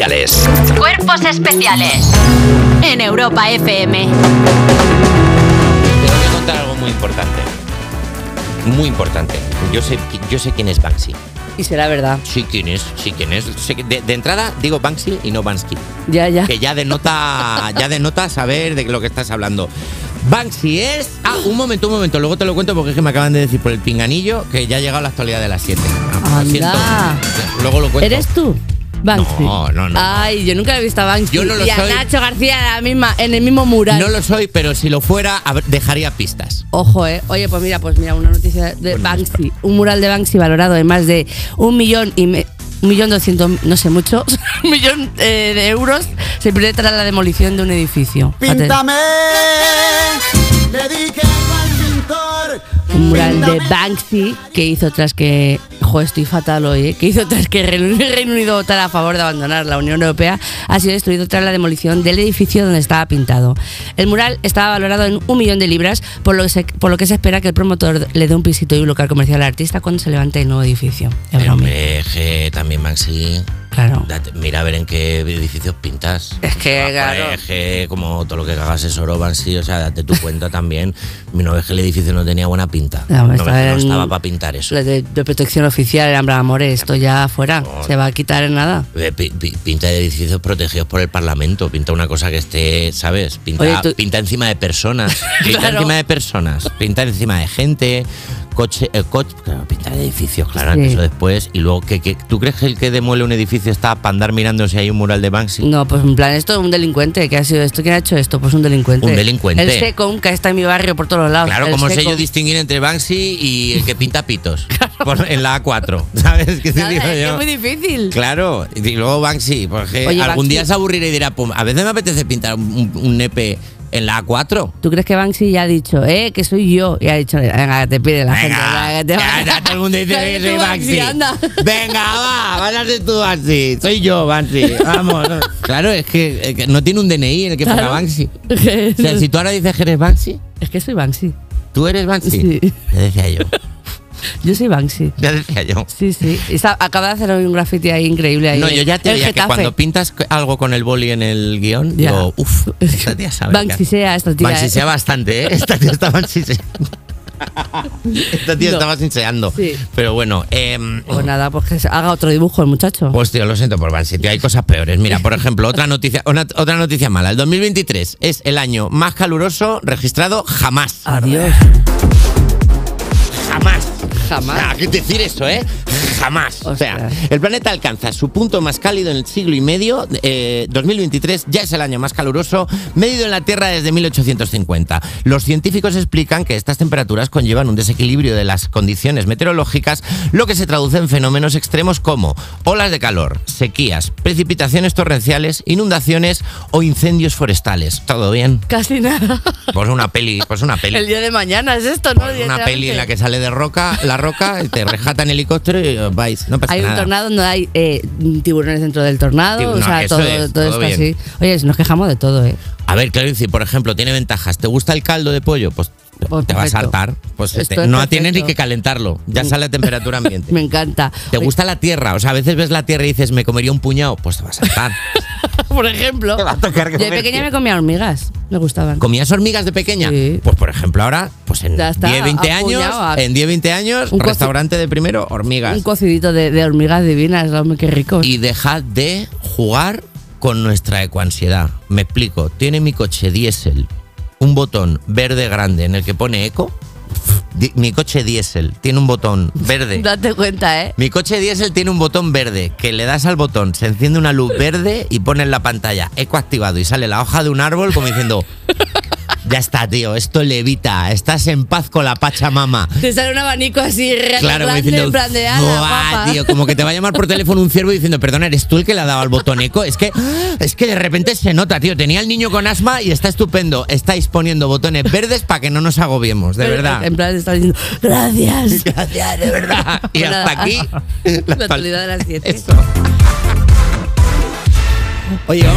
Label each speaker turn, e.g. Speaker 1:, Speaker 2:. Speaker 1: Especiales.
Speaker 2: Cuerpos especiales en Europa FM.
Speaker 3: Tengo que contar algo muy importante. Muy importante. Yo sé, qui- yo sé quién es Banksy.
Speaker 4: Y será verdad.
Speaker 3: Sí quién es, sí quién es. Sé que- de, de entrada digo Banksy y no Bansky.
Speaker 4: Ya, ya.
Speaker 3: Que ya denota, ya denota saber de lo que estás hablando. Banksy es. Ah, un momento, un momento. Luego te lo cuento porque es que me acaban de decir por el pinganillo que ya ha llegado la actualidad de las 7. Ah, lo siento.
Speaker 4: Anda.
Speaker 3: Luego lo cuento.
Speaker 4: ¿Eres tú? Banksy.
Speaker 3: No, no, no.
Speaker 4: Ay, yo nunca he visto a Banksy.
Speaker 3: Yo no lo
Speaker 4: y a
Speaker 3: soy.
Speaker 4: Nacho García la misma, en el mismo mural.
Speaker 3: No lo soy, pero si lo fuera, hab- dejaría pistas.
Speaker 4: Ojo, eh. Oye, pues mira, pues mira, una noticia de Banksy. Un mural de Banksy valorado de más de un millón y me- un millón doscientos, no sé mucho, un millón eh, de euros se pierde tras la demolición de un edificio. Fíjate,
Speaker 5: Píntame. Le dije al pintor.
Speaker 4: Un mural de
Speaker 5: píntame.
Speaker 4: Banksy que hizo tras que. Jo, estoy fatal hoy, ¿eh? Que hizo tras que Reino, Reino Unido votara a favor de abandonar la Unión Europea, ha sido destruido tras la demolición del edificio donde estaba pintado. El mural estaba valorado en un millón de libras, por lo que se, por lo que se espera que el promotor le dé un pisito y un local comercial al artista cuando se levante el nuevo edificio. Ya
Speaker 3: Pero
Speaker 4: verá, hombre.
Speaker 3: hombre, es Eh, que también Banksy.
Speaker 4: Claro.
Speaker 3: Date- mira a ver en qué edificios pintas.
Speaker 4: Es que,
Speaker 3: Papá,
Speaker 4: claro.
Speaker 3: Es que como todo lo que cagas es oro, Bansi, o sea, date tu cuenta también. No ves que el edificio no tenía buena pinta.
Speaker 4: No,
Speaker 3: No, ves que
Speaker 4: estaba
Speaker 3: no
Speaker 4: en-
Speaker 3: estaba para pintar eso.
Speaker 4: Lo de, de protección oficial, el amores, esto ya fuera. Se va a quitar en nada.
Speaker 3: Eh, pi- pi- Pinta de edificios protegidos por el Parlamento. Pinta una cosa que esté, ¿sabes? Pinta,
Speaker 4: Oye, tú-
Speaker 3: pinta encima de personas. Pinta
Speaker 4: Claro.
Speaker 3: encima de personas. Pinta encima de gente. Coche, eh, coche- claro, pinta de edificios, claro,
Speaker 4: Sí.
Speaker 3: antes o después. Y luego, ¿qué, qué- tú crees que el que demuele un edificio está para andar mirando si hay un mural de Banksy?
Speaker 4: No, pues en plan, esto es un delincuente. ¿Qué ha sido esto? ¿Quién ha hecho esto? Pues un delincuente.
Speaker 3: Un delincuente.
Speaker 4: El seco, que está en mi barrio por todos lados.
Speaker 3: Claro,
Speaker 4: El
Speaker 3: como sé
Speaker 4: seco.
Speaker 3: yo distinguir entre Banksy y el que pinta pitos Por- en la A4, ¿sabes qué te
Speaker 4: Nada,
Speaker 3: digo
Speaker 4: es que
Speaker 3: yo?
Speaker 4: es muy difícil.
Speaker 3: Claro, y luego Banksy, porque
Speaker 4: Oye,
Speaker 3: algún
Speaker 4: Banksy-
Speaker 3: día se aburrirá y dirá, pum, a veces me apetece pintar un, un nepe en la A4.
Speaker 4: ¿Tú crees que Banksy ya ha dicho, eh, que soy yo? Y ha dicho, venga, te pide la gente.
Speaker 3: Venga,
Speaker 4: venga, te va-
Speaker 3: ya, ya todo el mundo dice
Speaker 4: Dale
Speaker 3: que
Speaker 4: tú,
Speaker 3: soy Banksy.
Speaker 4: anda.
Speaker 3: Venga, va, vas a ser tú Banksy. Soy yo, Banksy. Vamos. claro, es que, eh, que no tiene un DNI en el que ponga Banksy. O sea, si tú ahora dices que eres Banksy,
Speaker 4: es que soy Banksy.
Speaker 3: tú eres Banksy.
Speaker 4: Sí.
Speaker 3: Ya decía yo.
Speaker 4: Yo soy Banksy.
Speaker 3: Ya decía yo.
Speaker 4: Sí, sí. Y está- acaba de hacer hoy un graffiti ahí increíble. Ahí
Speaker 3: No,
Speaker 4: en-
Speaker 3: yo ya te
Speaker 4: en
Speaker 3: veía que
Speaker 4: Getafe.
Speaker 3: cuando pintas c- algo con el boli en el guión,
Speaker 4: Ya.
Speaker 3: digo, uff, esta tía sabe.
Speaker 4: Banksisea esta tía,
Speaker 3: Banksisea
Speaker 4: eh.
Speaker 3: bastante, ¿eh? Esta tía está banksisea. esta tía
Speaker 4: No.
Speaker 3: estaba sinseando.
Speaker 4: Sí.
Speaker 3: Pero bueno, em,
Speaker 4: Pues nada, pues que se haga otro dibujo el muchacho.
Speaker 3: pues tío, lo siento por Banksy, tío, hay cosas peores. Mira, por ejemplo, otra noticia, una- otra noticia mala. El 2023 es el año más caluroso registrado jamás.
Speaker 4: Adiós.
Speaker 3: Jamás.
Speaker 4: Jamás.
Speaker 3: Ah, ¿Qué decir eso, eh? Jamás. O sea,
Speaker 4: Ostras.
Speaker 3: el planeta alcanza su punto más cálido en el siglo y medio. eh, 2023 ya es el año más caluroso medido en la Tierra desde 1850. Los científicos explican que estas temperaturas conllevan un desequilibrio de las condiciones meteorológicas, lo que se traduce en fenómenos extremos como olas de calor, sequías, precipitaciones torrenciales, inundaciones o incendios forestales. ¿Todo bien?
Speaker 4: Casi nada.
Speaker 3: Pues una peli, pues una peli.
Speaker 4: El día de mañana es esto, ¿no?
Speaker 3: Pon Pues una peli en la que sale de roca, la roca, y te rescata en helicóptero y os vais. No pasa
Speaker 4: Hay un
Speaker 3: nada.
Speaker 4: tornado donde hay eh, tiburones dentro del tornado,
Speaker 3: Tibu-
Speaker 4: o
Speaker 3: no,
Speaker 4: sea,
Speaker 3: eso
Speaker 4: todo,
Speaker 3: es,
Speaker 4: todo
Speaker 3: todo
Speaker 4: esto
Speaker 3: bien.
Speaker 4: así. Oye, nos quejamos de todo, ¿eh?
Speaker 3: A ver, claro, si por ejemplo tiene ventajas. ¿Te gusta el caldo de pollo? Pues
Speaker 4: Pues
Speaker 3: te vas a
Speaker 4: perfecto.
Speaker 3: hartar. Pues
Speaker 4: Esto
Speaker 3: te-
Speaker 4: es
Speaker 3: no
Speaker 4: perfecto.
Speaker 3: tienes ni que calentarlo. Ya sale a temperatura ambiente.
Speaker 4: Me encanta.
Speaker 3: ¿Te
Speaker 4: Oye,
Speaker 3: gusta la tierra? O sea, a veces ves la tierra y dices, me comería un puñado. Pues te vas a hartar.
Speaker 4: por ejemplo, yo de pequeña me comía hormigas, me gustaban.
Speaker 3: ¿Comías hormigas de pequeña?
Speaker 4: Sí.
Speaker 3: Pues por ejemplo ahora, pues en
Speaker 4: Ya está,
Speaker 3: 10, 20 años,
Speaker 4: apuñado a-
Speaker 3: en 10, 20 años,
Speaker 4: Un coci-
Speaker 3: restaurante de primero, hormigas.
Speaker 4: Un cocidito de, de hormigas divinas, hombre, qué rico.
Speaker 3: y dejad de jugar con nuestra ecoansiedad. Me explico, tiene mi coche diésel un botón verde grande en el que pone eco. Di- Mi coche diésel tiene un botón verde.
Speaker 4: Date cuenta, ¿eh?
Speaker 3: Mi coche diésel tiene un botón verde que le das al botón, se enciende una luz verde y pone en la pantalla eco activado y sale la hoja de un árbol como diciendo ya está tío, esto levita, estás en paz con la Pachamama.
Speaker 4: Te sale un abanico así, re-
Speaker 3: Claro, como
Speaker 4: grande,
Speaker 3: diciendo,
Speaker 4: en plan de ala,
Speaker 3: "Buah,
Speaker 4: guapa".
Speaker 3: tío, como que te va a llamar por teléfono un ciervo diciendo, perdona, ¿eres tú el que le ha dado al botón eco? Es que, es que de repente se nota, tío. Tenía el niño con asma y está estupendo. Estáis poniendo botones verdes para que no nos agobiemos, de
Speaker 4: Pero
Speaker 3: verdad.
Speaker 4: En plan, te está diciendo, gracias.
Speaker 3: Gracias, de verdad. Y
Speaker 4: Nada.
Speaker 3: hasta aquí.
Speaker 4: La actualidad de las 7.
Speaker 3: Eso. Oye, vamos